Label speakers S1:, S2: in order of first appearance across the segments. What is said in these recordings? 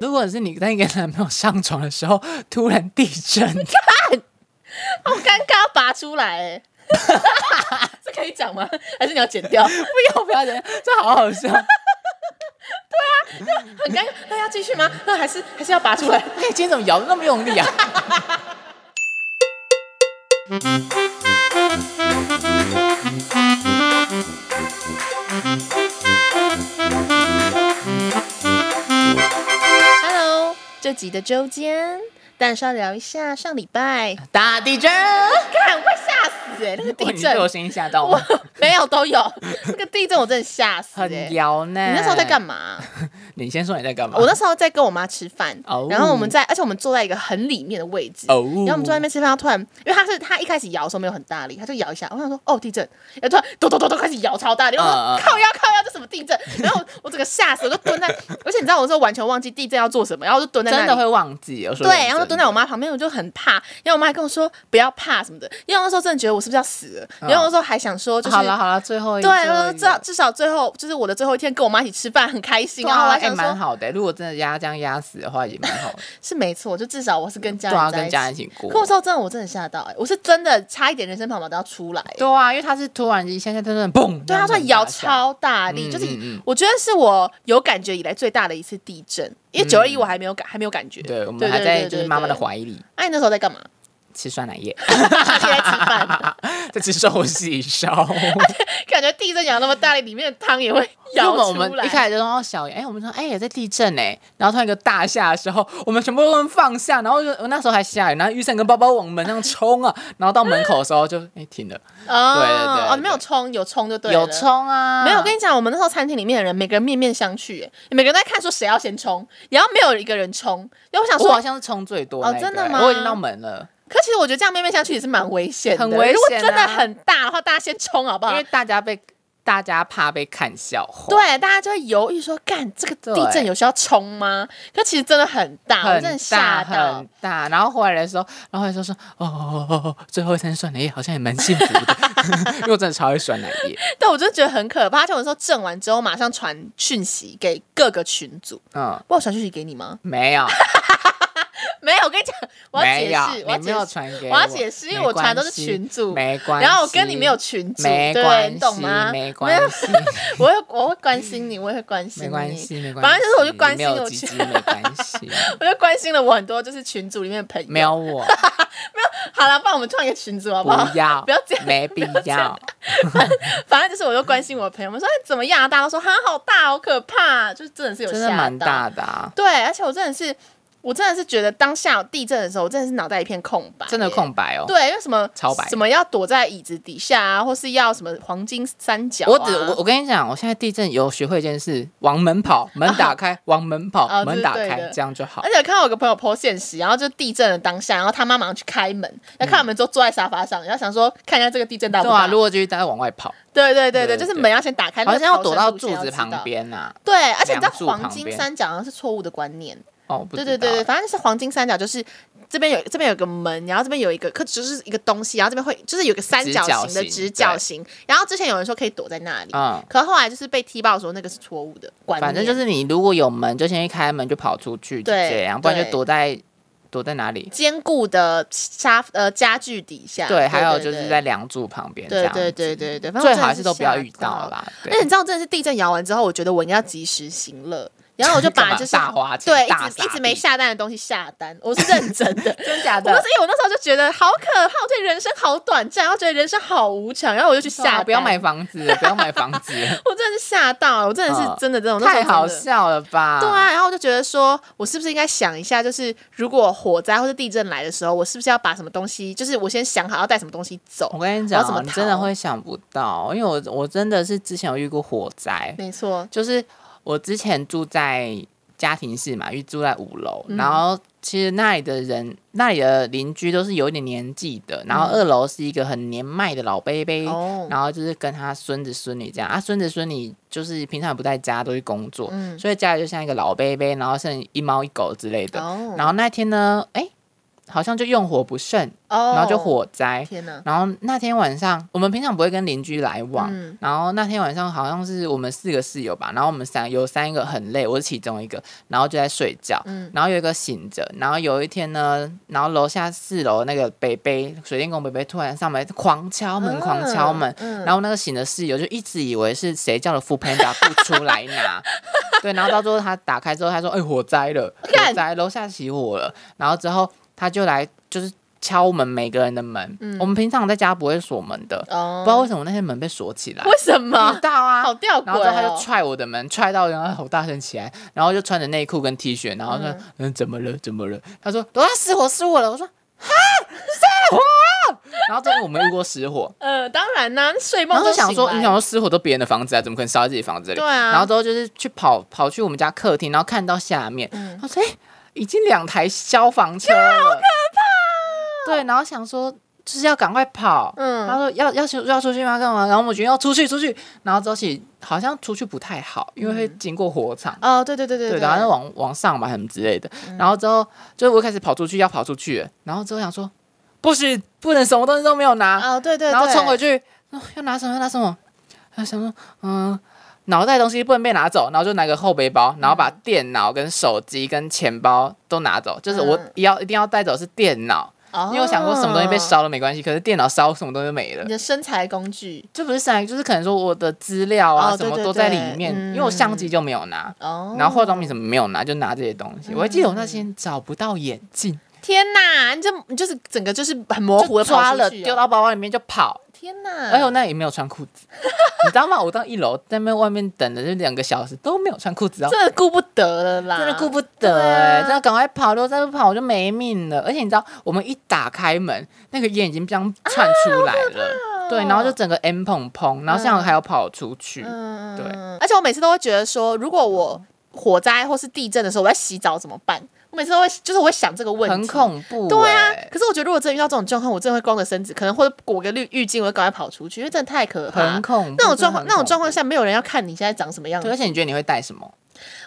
S1: 如果是你在跟男朋友上床的时候突然地 震，
S2: 好尴尬，拔出来、 欸，这可以讲吗？还是你要剪掉？
S1: 不要不要这样，这好好笑。
S2: 很尴尬，那要继续吗？那还是还是要拔出来？
S1: 哎，今天怎么摇的那么用力啊？
S2: Hello，这集的周间，但是要聊一下上礼拜，
S1: 大地震，
S2: 看我快吓死哎、欸！那个
S1: 哇
S2: 地
S1: 你被
S2: 震，
S1: 我声音吓到
S2: 我
S1: 吗？
S2: 没有都有，那个地震我真的吓死哎、
S1: 很摇呢。
S2: 你那时候在干
S1: 嘛？
S2: 嘛、
S1: 欸你先说你在干嘛？
S2: 我那时候在跟我妈吃饭
S1: 哦
S2: 然后我们在，而且我们坐在一个很里面的位置
S1: 哦
S2: 然后我们坐在那边吃饭，她突然，因为她是她一开始摇的时候没有很大力，她就摇一下，我想说哦地震，然后突然咚咚咚咚开始 摇超大力，我
S1: 嗯
S2: 说
S1: 嗯
S2: 靠腰靠腰这什么 地震？然后我我整个吓死，我就蹲在，而且你知道我那时候完全忘记地震要做什么，然后我就蹲在那
S1: 真
S2: 里，
S1: 的会忘记，有时候
S2: 对，然后
S1: 认
S2: 蹲
S1: 真
S2: 在我妈旁边，我就很怕，然后我妈还跟我说不要怕什么的，因为我那时候真的觉得我是不是要死了，然后我那时候还想说就是
S1: 啊好了好了，最后一
S2: 对，
S1: 最后
S2: 我
S1: 一
S2: 说
S1: 个
S2: 至少至少最后就是我的最后一天跟我妈一起吃饭很开心，
S1: 对
S2: 然后我
S1: 啊，
S2: 还
S1: 哎，
S2: 想
S1: 蛮
S2: 说
S1: 好的。如果真的压这样压死的话，也蛮 好的。
S2: 是没错，就至少我是跟家
S1: 对啊，
S2: 人在
S1: 跟
S2: 一
S1: 家人一
S2: 起。
S1: 起过
S2: 可。我说真的，我真的吓到哎、我是真的差一点人生跑马灯要出来、欸。
S1: 对啊，因为他是突然一下下，真的嘣，
S2: 对，
S1: 这样
S2: 它算
S1: 很
S2: 摇
S1: 大下，
S2: 超大力，
S1: 嗯
S2: 就是
S1: 嗯嗯
S2: 我觉得是我有感觉以来最大的一次地震，因为九二一我还没有感还没有感觉。
S1: 嗯对，我们还在就是妈妈的。
S2: 对对对对
S1: 怀里
S2: 哎，你那时候在 干嘛？
S1: 吃酸奶液，
S2: 在吃饭，啊
S1: 在吃寿喜烧。
S2: 感觉地震摇那么大力，里面的汤也会
S1: 因为
S2: 摇
S1: 我们
S2: 出
S1: 我
S2: 来。
S1: 们一开始就说哦小哎，我们说哎也在地震哎，然后突然一个大下的时候，我们全部都放下，然后就我那时候还下雨，然后雨伞跟包包往门上冲啊，然后到门口的时候就哎停了，
S2: 哦，
S1: 对对对对
S2: 哦，没有冲，有冲就对了。
S1: 有冲啊，
S2: 没有，我跟你讲，我们那时候餐厅里面的人，每个人面面相觑，哎每个人在看说谁要先冲，然后没有一个人冲。然后我想
S1: 我好
S2: 说，
S1: 像是冲最多
S2: 哦
S1: 那
S2: 真
S1: 个
S2: 的
S1: 欸
S2: 吗
S1: 我已经到门了，
S2: 可其实我觉得这样面面相觑也是蛮危险的，
S1: 很危险啊
S2: 如果真的很大的话，大家先冲好不
S1: 因
S2: 好
S1: 为？大家被大家怕被看笑话，
S2: 对，大家就会犹豫说，干这个地震有需要冲吗？可其实真的很大，我
S1: 很
S2: 真
S1: 大
S2: 的吓到
S1: 很。大，然后回来的时候，然后还说说哦哦哦哦，最后一餐酸奶液好像也蛮幸福的，因为我真的超爱酸奶液，
S2: 对，我就觉得很可怕。而且我那时候震完之后，马上传讯息给各个群组。
S1: 嗯，
S2: 我有传讯息给你吗？
S1: 没有。
S2: 没有，我跟你讲，我要解
S1: 没有，
S2: 释，我要
S1: 你没
S2: 解
S1: 有
S2: 释。
S1: 传给
S2: 我要解释因为我传都是群组
S1: 没关系。
S2: 然后我跟你没有群组，
S1: 没
S2: 对，
S1: 关
S2: 你
S1: 系，
S2: 懂吗？
S1: 没
S2: 没有
S1: 关系，
S2: 我会我会关心你，我也会关心
S1: 没
S2: 你，
S1: 关系，没关系。
S2: 反正就是我就关心
S1: 你没
S2: 我
S1: 有
S2: 去
S1: 鸡鸡没关 系，
S2: 我就关心了我很多就是群组里面的朋友。
S1: 没有我
S2: 好了，不然我们创一个群组好不好？
S1: 不要，
S2: 不要这样
S1: 没 必要。
S2: 反正就是我就关心我的朋友们说、哎、怎么样啊，大家都说哈好大好可怕，就是真的是有
S1: 真
S2: 吓
S1: 的
S2: 到，
S1: 蛮大的啊，
S2: 对，而且我真的是我真的是觉得当下有地震的时候，我真的是脑袋一片空白，
S1: 真的空白哦。
S2: 对，因为啊什么
S1: 超白
S2: 什么要躲在椅子底下啊，或是要什么黄金三角啊、
S1: 我只我我跟你讲，我现在地震有学会一件事：往门跑，门打开，往门
S2: 哦
S1: 跑，
S2: 这
S1: 门
S2: 是
S1: 打
S2: 对
S1: 开
S2: 的，哎
S1: 这样就好
S2: 而。且我看到有个朋友 po 现实，然后就地震的当下，然后他妈马上去开门，然后看到门之后坐在沙发上，然后想说看一下这个地震大不
S1: 对
S2: 大。
S1: 啊，如果继续待往外跑，
S2: 对对对对，
S1: 对
S2: 就
S1: 对
S2: 是门要先打开，
S1: 好像
S2: 那
S1: 要
S2: 个
S1: 躲
S2: 逃
S1: 到
S2: 生路线
S1: 柱
S2: 要
S1: 要
S2: 知
S1: 子
S2: 道
S1: 旁。边啊。
S2: 对，而且你知道
S1: 梁柱旁
S2: 黄金
S1: 边
S2: 三角好像是错误的观念，
S1: 哦，不
S2: 对
S1: 知
S2: 对对
S1: 道
S2: 对，反正是黄金三角，就是这边有这边有个门，然后这边有一个，可就是一个东西，然后这边会就是有个三角形的直
S1: 直角形
S2: 角形，然后之前有人说可以躲在那里，
S1: 嗯，
S2: 可后来就是被踢爆说那个是错误的啊观念，
S1: 反正就是你如果有门，就先一开门就跑出去，就
S2: 对
S1: 这样，不然
S2: 对
S1: 就躲在躲在哪里？
S2: 坚固的沙呃家具底下，
S1: 对，还有就
S2: 对
S1: 是在梁柱旁边这
S2: 对
S1: 样子，
S2: 对对对对，反正
S1: 最
S2: 我真的
S1: 好还是都不要遇
S2: 吓
S1: 到。啊啦。
S2: 而且 你
S1: 对，
S2: 知道，真的是地震摇完之后，我觉得我应该要及时行乐，然后我就
S1: 干
S2: 把
S1: 嘛
S2: 就是
S1: 大花钱
S2: 对一
S1: 大
S2: 直一
S1: 撒
S2: 直没
S1: 币
S2: 下单的东西下单，我是认真的。
S1: 真假
S2: 我那时候因为我那时候就觉得好可怕，我对人生好短暂，然后觉得人生好无常，然后我就去
S1: 对啊
S2: 下单，
S1: 不要买，房子，不要买房子，
S2: 我真的是吓 到，我真的是
S1: 嗯
S2: 真的这种、那时候
S1: 太
S2: 真的
S1: 好笑了吧？
S2: 对啊，然后我就觉得说，我是不是应该想一下，就是如果火灾或者地震来的时候，我是不是要把什么东西，就是我先想好要带什么东西走
S1: 我？跟你
S2: 我要
S1: 讲
S2: 怎么
S1: 哦，你真的
S2: 逃
S1: 会想不到，因为我我真的是之前有遇过火灾，
S2: 没错，
S1: 就是我之前住在家庭式嘛，因为住在五楼，
S2: 嗯
S1: 然后其实那里的人，那里的邻居都是有一点年纪的，然后二楼是一个很年迈的老伯伯，
S2: 嗯哦
S1: 然后就是跟他孙子孙女这样，啊，孙子孙女就是平常也不在家，都去工作，
S2: 嗯
S1: 所以家里就像一个老伯伯，然后剩一猫一狗之类的。
S2: 哦
S1: 然后那天呢，哎、好像就用火不慎，
S2: 哦，
S1: 然后就，火灾。
S2: 天哪，
S1: 然后那天晚上，我们平常不会跟邻居来往。
S2: 嗯
S1: 然后那天晚上好像是我们四个室友吧，然后我们三有三个很累，我是其中一个，然后就在睡觉。
S2: 嗯
S1: 然后有一个醒着，然后有一天呢，然后楼下四楼那个北北水电工北北突然上门狂敲门，狂敲门，
S2: 嗯
S1: 然后那个醒的室友就一直以为是谁叫了 f o o Panda 不出来拿，对，然后到最后他打开之后，他说：“哎、火灾了，
S2: 看
S1: 火灾，楼下起火了。”然后之后他就来就是敲门每个人的门，
S2: 嗯
S1: 我们平常在家不会锁门的，
S2: 哦
S1: 不知道为什么那些门被锁起来，
S2: 为什
S1: 不知
S2: 么？
S1: 道啊，
S2: 哦 好吊
S1: 然后之后他
S2: 诡
S1: 就
S2: 哦！
S1: 踹我的门，踹到然后吼大声起来，然后就穿着内裤跟 T 恤，然后说
S2: 嗯
S1: 嗯怎么了怎么了？他说楼下失火失火了，我说哈失火了， 然后这个我们遇过失火，
S2: 呃，当然啦，睡
S1: 然
S2: 梦
S1: 后
S2: 中
S1: 就想说
S2: 醒来
S1: 你想说失火都别人的房子啊，怎么可能烧在自己房子里？
S2: 对啊，
S1: 然后之后就是去跑跑去我们家客厅，然后看到下面，
S2: 嗯
S1: 他说哎已经两台消防车了，好可怕、对，然后想说就是要赶快跑，
S2: 嗯
S1: 他说要要出要出去吗？干嘛？然后我们决定要出去出去，然后周琦好像出去不太好，因为会经过火场，
S2: 哦，对对对对
S1: 对，然后就往往上吧什么之类的。然后之后就我一开始跑出去要跑出去了，然后之后想说不行，不能什么东西都没有拿，
S2: 哦，对对，
S1: 然后冲回
S2: 去，
S1: 去、哦要拿什么要拿什么，然后想说嗯。脑袋的东西不能被拿走，然后就拿个后背包，然后把电脑、跟手机、跟钱包都拿走。就是我
S2: 嗯
S1: 要一定要带走是电脑，
S2: 哦
S1: 因为我想过什么东西被，烧了没关系，可是电脑烧什么东西都没了
S2: 哦你。的身材工具
S1: 这不是上一个，就是可能说我的资料啊、
S2: 哦
S1: 什么
S2: 对对
S1: 都在
S2: 对
S1: 里面，
S2: 嗯
S1: 因为我相机就没有拿，
S2: 哦，
S1: 然后化妆品什么没有拿，就拿这些东西。我还记得我那天找不到眼镜，
S2: 天哪，你这你就是整个就是很模
S1: 就
S2: 糊的
S1: 抓了丢，到包包里面就跑，
S2: 哦天哪，
S1: 而且我哎那也没有穿裤子， 你知道吗？我到一楼在那边外面等了就两个小时都没有穿裤子哦。
S2: 真的顾不得了啦，
S1: 真的顾不
S2: 对
S1: 得哎、
S2: 啊
S1: 真的赶快跑！如果再不跑，我就没命了。而且你知道，我们一打开门，那个烟已经这样窜出来了，
S2: 哦
S1: 对，然后就整个 M 砰砰，然后幸好还要跑出去，
S2: 嗯，
S1: 对
S2: 嗯而且我每次都会觉得说，如果我火灾或是地震的时候，我在洗澡怎么办？我每次都会就是我会想这个问题，
S1: 很恐怖、
S2: 对啊
S1: 哎，
S2: 可是我觉得如果真的遇到这种状况，我真的会光着身子，可能会裹个绿浴巾，我会赶快跑出去，因为真的太可怕。
S1: 很恐怖，
S2: 那种状况，
S1: 真的
S2: 那
S1: 很
S2: 种状
S1: 恐
S2: 况下，没有人要看你现在长什么样
S1: 怖，对，而
S2: 子。
S1: 且你觉得你会带什么？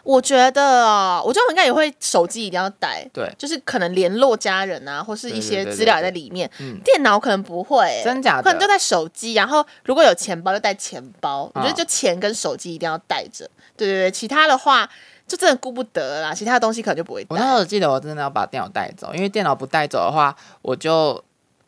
S2: 我觉得哦，我觉得我应该也会手机一定要带，
S1: 对，
S2: 就是可能联络家人啊，或是一
S1: 对
S2: 些
S1: 对对对
S2: 资料也在里面。
S1: 嗯，
S2: 电脑可能不会、欸
S1: 真假的
S2: 可能就带手机，然后如果有钱包就带钱包。我觉得
S1: 嗯
S2: 就钱跟手机一定要带着，对对对，其他的话就真的顾不得啦，其他的东西可能就不会
S1: 我那时
S2: 带。
S1: 候记得我真的要把电脑带走，因为电脑不带走的话，我就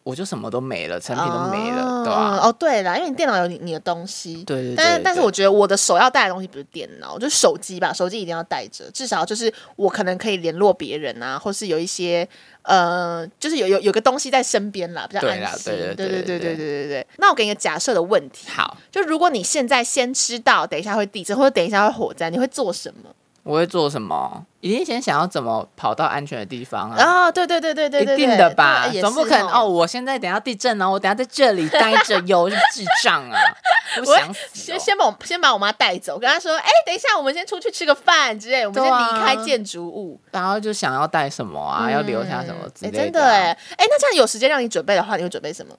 S1: 我就什么都没了，成品都没了，对吧、啊
S2: 哦哦，对啦，因为你电脑有你你的东西。
S1: 对对对
S2: 但是，但是
S1: 对
S2: 我觉得我的手要带的东西不是电脑，就是手机吧，手机一定要带着，至少就是我可能可以联络别人啊，或是有一些呃，就是有有有个东西在身边啦，比较
S1: 对
S2: 安
S1: 啦
S2: 心。
S1: 对对对
S2: 对
S1: 对
S2: 对对对对对。那我给你个假设的问题，
S1: 好，
S2: 就如果你现在先知道等一下会地震或者等一下会火灾，你会做什么？
S1: 我会做什么？一定先想要怎么跑到安全的地方啊。
S2: 啊、对对对对对对，
S1: 一定
S2: 对
S1: 的吧，
S2: 对也
S1: 总不
S2: 是
S1: 可能哦！
S2: 哦。
S1: 我现在等下地震哦，我等下在这里待着哟，是智障 啊！我
S2: 我
S1: 想死、
S2: 先
S1: 哦。
S2: 先把我先把我妈带走，跟她说，哎、等一下，我们先出去吃个饭之类，我们
S1: 对
S2: 先
S1: 啊
S2: 离开建筑物
S1: 然后就想要带什么啊，要留下什么之类
S2: 哎、
S1: 的、啊。
S2: 真的哎、哎、那这样有时间让你准备的话，你会准备什么？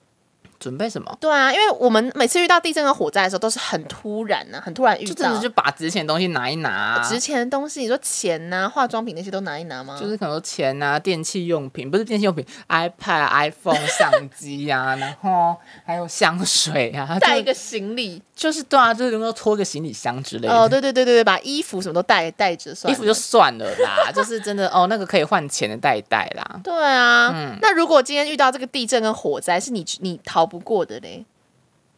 S1: 准备什么？
S2: 对啊，因为我们每次遇到地震和啊火灾的时候，都是很突然啊，很突然遇
S1: 就真
S2: 到
S1: 的。就把值钱的东西拿一拿啊、
S2: 值钱的东西，你说钱呐、化妆品那些都拿一拿吗？
S1: 就是可能说钱啊、电器用品，不是电器用品，iPad、iPhone、相 机啊，然后还有香水啊，
S2: 带
S1: 就
S2: 一个行李。
S1: 就是对啊，就是能够拖个行李箱之类的。
S2: 哦，对对对对对，把衣服什么都带带着算
S1: 衣
S2: 了。
S1: 服就算了 啦，就是真的哦，那个可以换钱的带一带啦。
S2: 对啊，
S1: 嗯
S2: 那如果今天遇到这个地震跟火灾，是你你逃不过的嘞，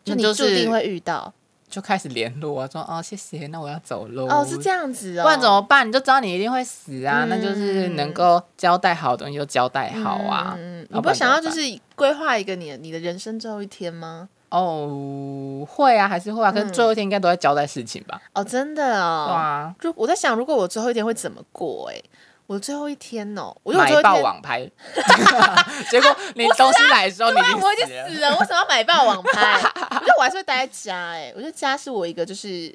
S2: 就
S1: 那
S2: 你
S1: 就是
S2: 注定会遇到。
S1: 就开始联络啊，说哦谢谢，那我要走喽。
S2: 哦，是这样子哦，
S1: 不然怎么办？你就知道你一定会死啊，
S2: 嗯
S1: 那就是能够交代好的东西就交代好啊。
S2: 嗯，你
S1: 要
S2: 不会
S1: 然怎
S2: 想
S1: 么
S2: 要
S1: 办
S2: 就是规划一个你的你的人生最后一天吗？
S1: 哦，会啊，还是会啊，可是
S2: 嗯
S1: 最后一天应该都在交代事情吧？
S2: 哦，真的
S1: 对
S2: 哦。
S1: 啊，
S2: 就我在想，如果我最后一天会怎么过、哎，我最后一天哦，我觉得我最后
S1: 买爆
S2: 一天，
S1: 网拍， 结果你东西来的时候你
S2: 对 啊，我已
S1: 已
S2: 经
S1: 经死了。
S2: 死了，为什么要买爆 网拍？我觉得我还是会待在家、哎，我觉得家是我一个就是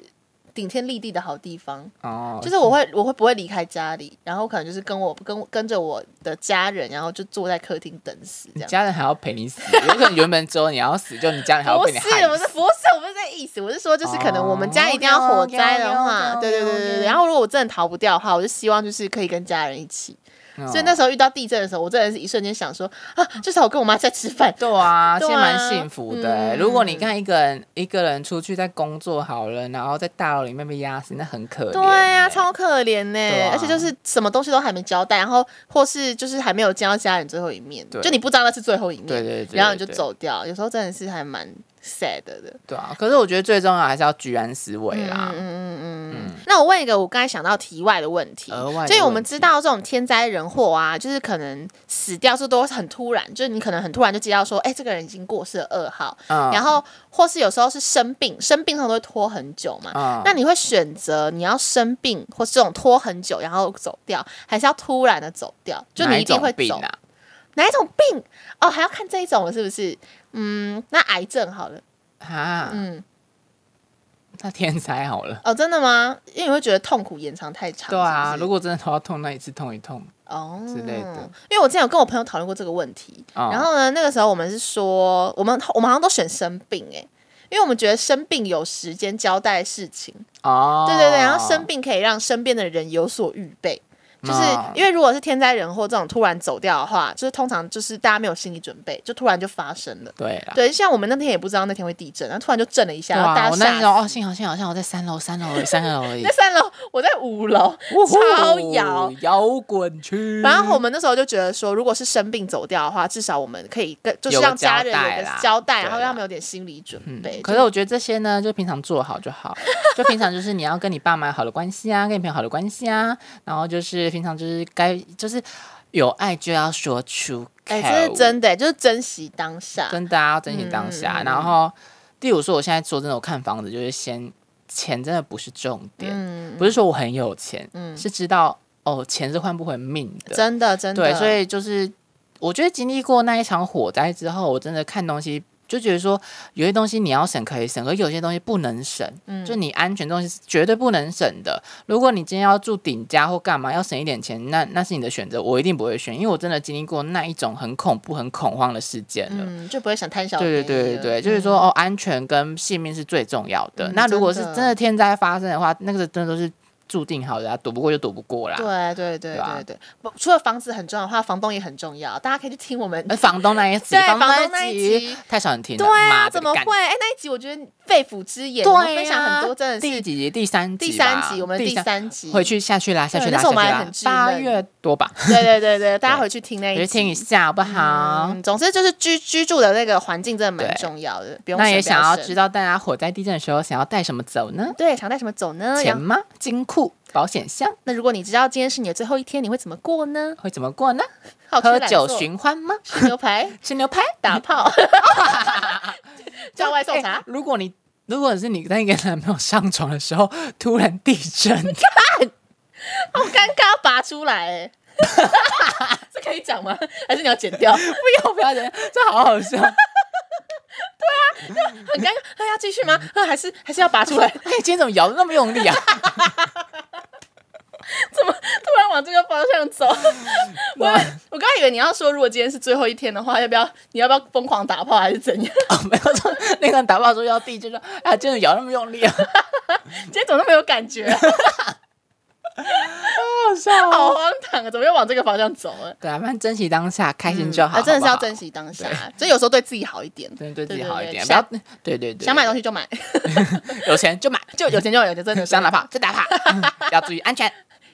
S2: 顶天立地的好地方。
S1: 哦，
S2: 就是我会我会不会离开家里，然后可能就是跟我跟跟着我的家人，然后就坐在客厅等死这
S1: 你
S2: 样。
S1: 家人还要陪你死，有可能原本只有你要死，就你家人还要
S2: 不
S1: 被
S2: 是
S1: 你，害
S2: 我
S1: 死
S2: 是。不是我不是这意思，我是说就是可能我们家一定要火灾的话，
S1: 哦，OK，OK，OK，OK，OK，OK
S2: 对对对对对。然后如果我真的逃不掉的话，我就希望就是可以跟家人一起。
S1: 哦
S2: 所以那时候遇到地震的时候，我真的是一瞬间想说 啊，至少我跟我妈在吃饭。
S1: 对啊，
S2: 对
S1: 其
S2: 啊
S1: 实蛮幸福的欸、
S2: 嗯
S1: 如果你看一个人一个人出去在工作好了，然后在大楼里面被压死，那很可怜欸、
S2: 对呀、超可怜呢、
S1: 对啊
S2: 而且就是什么东西都还没交代，然后或是就是还没有见到家人最后一面，
S1: 对
S2: 就你不知道那是最后一面，
S1: 对对对
S2: 然后你就
S1: 对
S2: 走掉，有时候真的是还蛮 sad 的。
S1: 对啊。可是我觉得最重要还是要居安思危啦
S2: 嗯。嗯嗯嗯。那我问一个我刚才想到题外的问题
S1: 额外，的
S2: 所以我们
S1: 问题
S2: 知道这种天灾人祸啊，就是可能死掉是都很突然，就是你可能很突然就接到说，哎、这个人已经过世了二号，
S1: 嗯，
S2: 然后或是有时候是生病，生病通常都会拖很久嘛。
S1: 嗯
S2: 那你会选择你要生病，或是这种拖很久然后走掉，还是要突然的走掉？就
S1: 哪
S2: 你
S1: 一
S2: 一定
S1: 种
S2: 会
S1: 病
S2: 走
S1: 啊？
S2: 哪一种病？哦，还要看这一种了是不是？嗯，那癌症好了，
S1: 啊，
S2: 嗯，
S1: 那天才好 了。
S2: 哦，真的吗？因为你会觉得痛苦延长太长，
S1: 对啊，
S2: 是不
S1: 如
S2: 是
S1: 果真的头要痛，那一次痛一痛。
S2: 哦
S1: 之类的。
S2: 因为我之前有跟我朋友讨论过这个问题，
S1: 哦
S2: 然后呢，那个时候我们是说，我们我们好像都选生病哎、因为我们觉得生病有时间交代事情，
S1: 哦，
S2: 对对对，然后生病可以让身边的人有所预备，就是
S1: 哦
S2: 因为如果是天灾人祸这种突然走掉的话，就是通常就是大家没有心理准备，就突然就发生了。
S1: 对啦。
S2: 对，像我们那天也不知道那天会地震，然后突然就震了一下，
S1: 对
S2: 然后
S1: 啊，
S2: 大
S1: 我
S2: 家
S1: 那
S2: 吓
S1: 时候
S2: 死。
S1: 哦，幸好幸好幸好在三楼、三楼而已、三楼 而已
S2: 在，三楼，我在五楼，超摇。
S1: 摇滚区。
S2: 然后我们那时候就觉得说，如果是生病走掉的话，至少我们可以跟就是
S1: 有个
S2: 让家人
S1: 交代
S2: 有个
S1: 啦
S2: 交代，
S1: 对
S2: 然后
S1: 啦嗯
S2: 让他们有点心理准备。
S1: 可是我觉得这些呢，就平常做好就好。就平常就是你要跟你爸妈有好的关系啊，跟你朋友好的关系啊，然后就是平常就是该就是有爱就要说出口，
S2: 哎，这是真的、就是珍惜当下。
S1: 真的啊，珍惜当下。
S2: 嗯
S1: 然后，例如说，我现在说真的，我看房子就是先钱真的不是重点，
S2: 嗯，
S1: 不是说我很有钱，是知道哦，钱是换不回命的，
S2: 真的真的。
S1: 对，所以就是我觉得经历过那一场火灾之后，我真的看东西就觉得说，有些东西你要省可以省，可有些东西不能省。
S2: 嗯
S1: 就你安全东西是绝对不能省的。如果你今天要住顶家或干嘛，要省一点钱，那那是你的选择，我一定不会选，因为我真的经历过那一种很恐怖、很恐慌的事件了。
S2: 嗯，就不会想贪小
S1: 对对
S2: 便宜
S1: 对对对，
S2: 了
S1: 就是说哦，安全跟性命是最重要的。
S2: 嗯
S1: 那如果是
S2: 真的
S1: 真的天灾发生的话，那个真的都是注定好的、啊，躲不过就躲不过啦。
S2: 对对对
S1: 对吧
S2: 对对，不除了房子很重要的话，房东也很重要，大家可以去听我们。
S1: 呃，房东那一集，
S2: 对房
S1: 东
S2: 东那一
S1: 一
S2: 集
S1: 太少人听了，
S2: 对啊，
S1: 妈的
S2: 怎么
S1: 干
S2: 会？哎，那一集我觉得肺腑之言，
S1: 对
S2: 我
S1: 啊
S2: 们分享很多，真的
S1: 第
S2: 是
S1: 几集？第三集吧。
S2: 第三集，我们第
S1: 第
S2: 三集
S1: 回。去下去啦，下去
S2: 那
S1: 啦，
S2: 时候我们还
S1: 下去啦
S2: 很稚
S1: 八
S2: 嫩
S1: 月多吧，
S2: 对对对对，大家回去听那
S1: 回
S2: 一
S1: 去听一
S2: 集。
S1: 下好不好？
S2: 嗯，总之就是居居住的那个环境真的蛮
S1: 对
S2: 重要的，不用
S1: 那
S2: 省
S1: 也
S2: 不
S1: 想要
S2: 省
S1: 知道大家火灾地震的时候想要带什么走呢？
S2: 对，想带什么走呢？
S1: 钱
S2: 然后
S1: 吗？金库、保险箱
S2: 那如果你知道今天是你的最后一天，你会怎么过呢？
S1: 会怎么过呢？
S2: 好吃
S1: 喝
S2: 懒
S1: 酒
S2: 做
S1: 寻欢吗？
S2: 吃牛排、
S1: 吃牛排？
S2: 打 炮、叫外送
S1: 哎
S2: 茶，
S1: 如果你如果是你在跟男朋友上床的时候突然地 震，
S2: 好尴尬，要拔出来、 欸，这可以讲吗？还是你要剪 掉？很
S1: 不要不要，这好好 笑。
S2: 尴尬，那要继续吗？那还是还是要拔 出来？
S1: 哎，今天怎么摇的那么用 力啊？
S2: 怎么突然往这个方向 走？我我刚才以为你要说，如果今天是最后一天的话，要不要你要不要疯狂打炮，还是怎样？
S1: 哦， 没有说那个人打爆说要地震，说啊，真的摇那么用力啊，
S2: 今天怎么都没有感觉、 啊
S1: 好笑哦。
S2: 好荒唐啊！怎么又往这个方向走了？
S1: 对啊，反正珍惜当下，开心嗯就好。
S2: 啊，真的是要
S1: 好不好
S2: 珍，惜当下，所以有时候对自己好一点，
S1: 真的对自己
S2: 对对
S1: 好一
S2: 对
S1: 点，不要
S2: 想
S1: 对对对，
S2: 想买东
S1: 西
S2: 西就买，
S1: 有钱就买，
S2: 就有钱就有，有钱真的
S1: 想打
S2: 炮，
S1: 炮就 打炮，嗯要注意安全。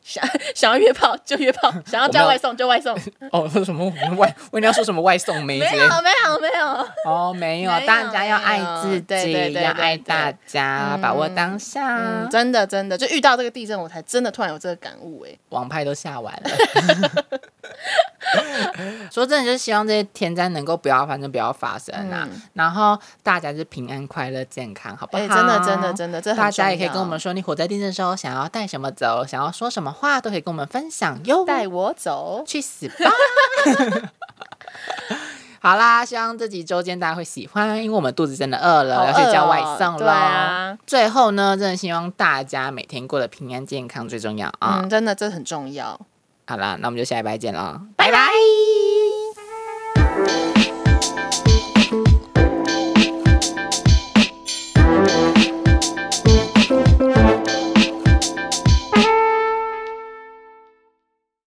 S2: 想 想要约炮就约 炮，想要
S1: 我没有
S2: 叫外送就外送，
S1: 哦，说什么外？我你要说什么外送妹
S2: 没
S1: 之类
S2: 有
S1: 的？
S2: 没有没有，
S1: 哦，没有
S2: 没，有
S1: 大家要爱自
S2: 没有对对
S1: 己，
S2: 对
S1: 要
S2: 对
S1: 爱
S2: 对
S1: 大家，把握当下
S2: 嗯，。真的真的，就遇到这个地震，我才真的突然有这个感悟哎、
S1: 王牌都下完了。 说真的，就是希望这些天灾能够不要，反正不要发生啊。然后大家就是平安、快乐、健康，好不好？
S2: 嗯哎、真的真的真的，这很
S1: 大家也
S2: 重
S1: 可以跟
S2: 要
S1: 我们说，你火灾地震的时候想要带什么走，想要说什么话，都可以跟我们分享哟。
S2: 带我走，
S1: 去死吧！ 好啦，希望这集周间大家会喜欢，因为我们肚子真的饿了，
S2: 好
S1: 要去
S2: 饿
S1: 叫
S2: 哦
S1: 外送
S2: 对
S1: 了。
S2: 啊
S1: 最后呢，真的希望大家每天过得平安健康最重要啊！
S2: 嗯，真的这很重要。
S1: 好啦，那我们就下礼拜见喽，啊
S2: 拜
S1: 拜拜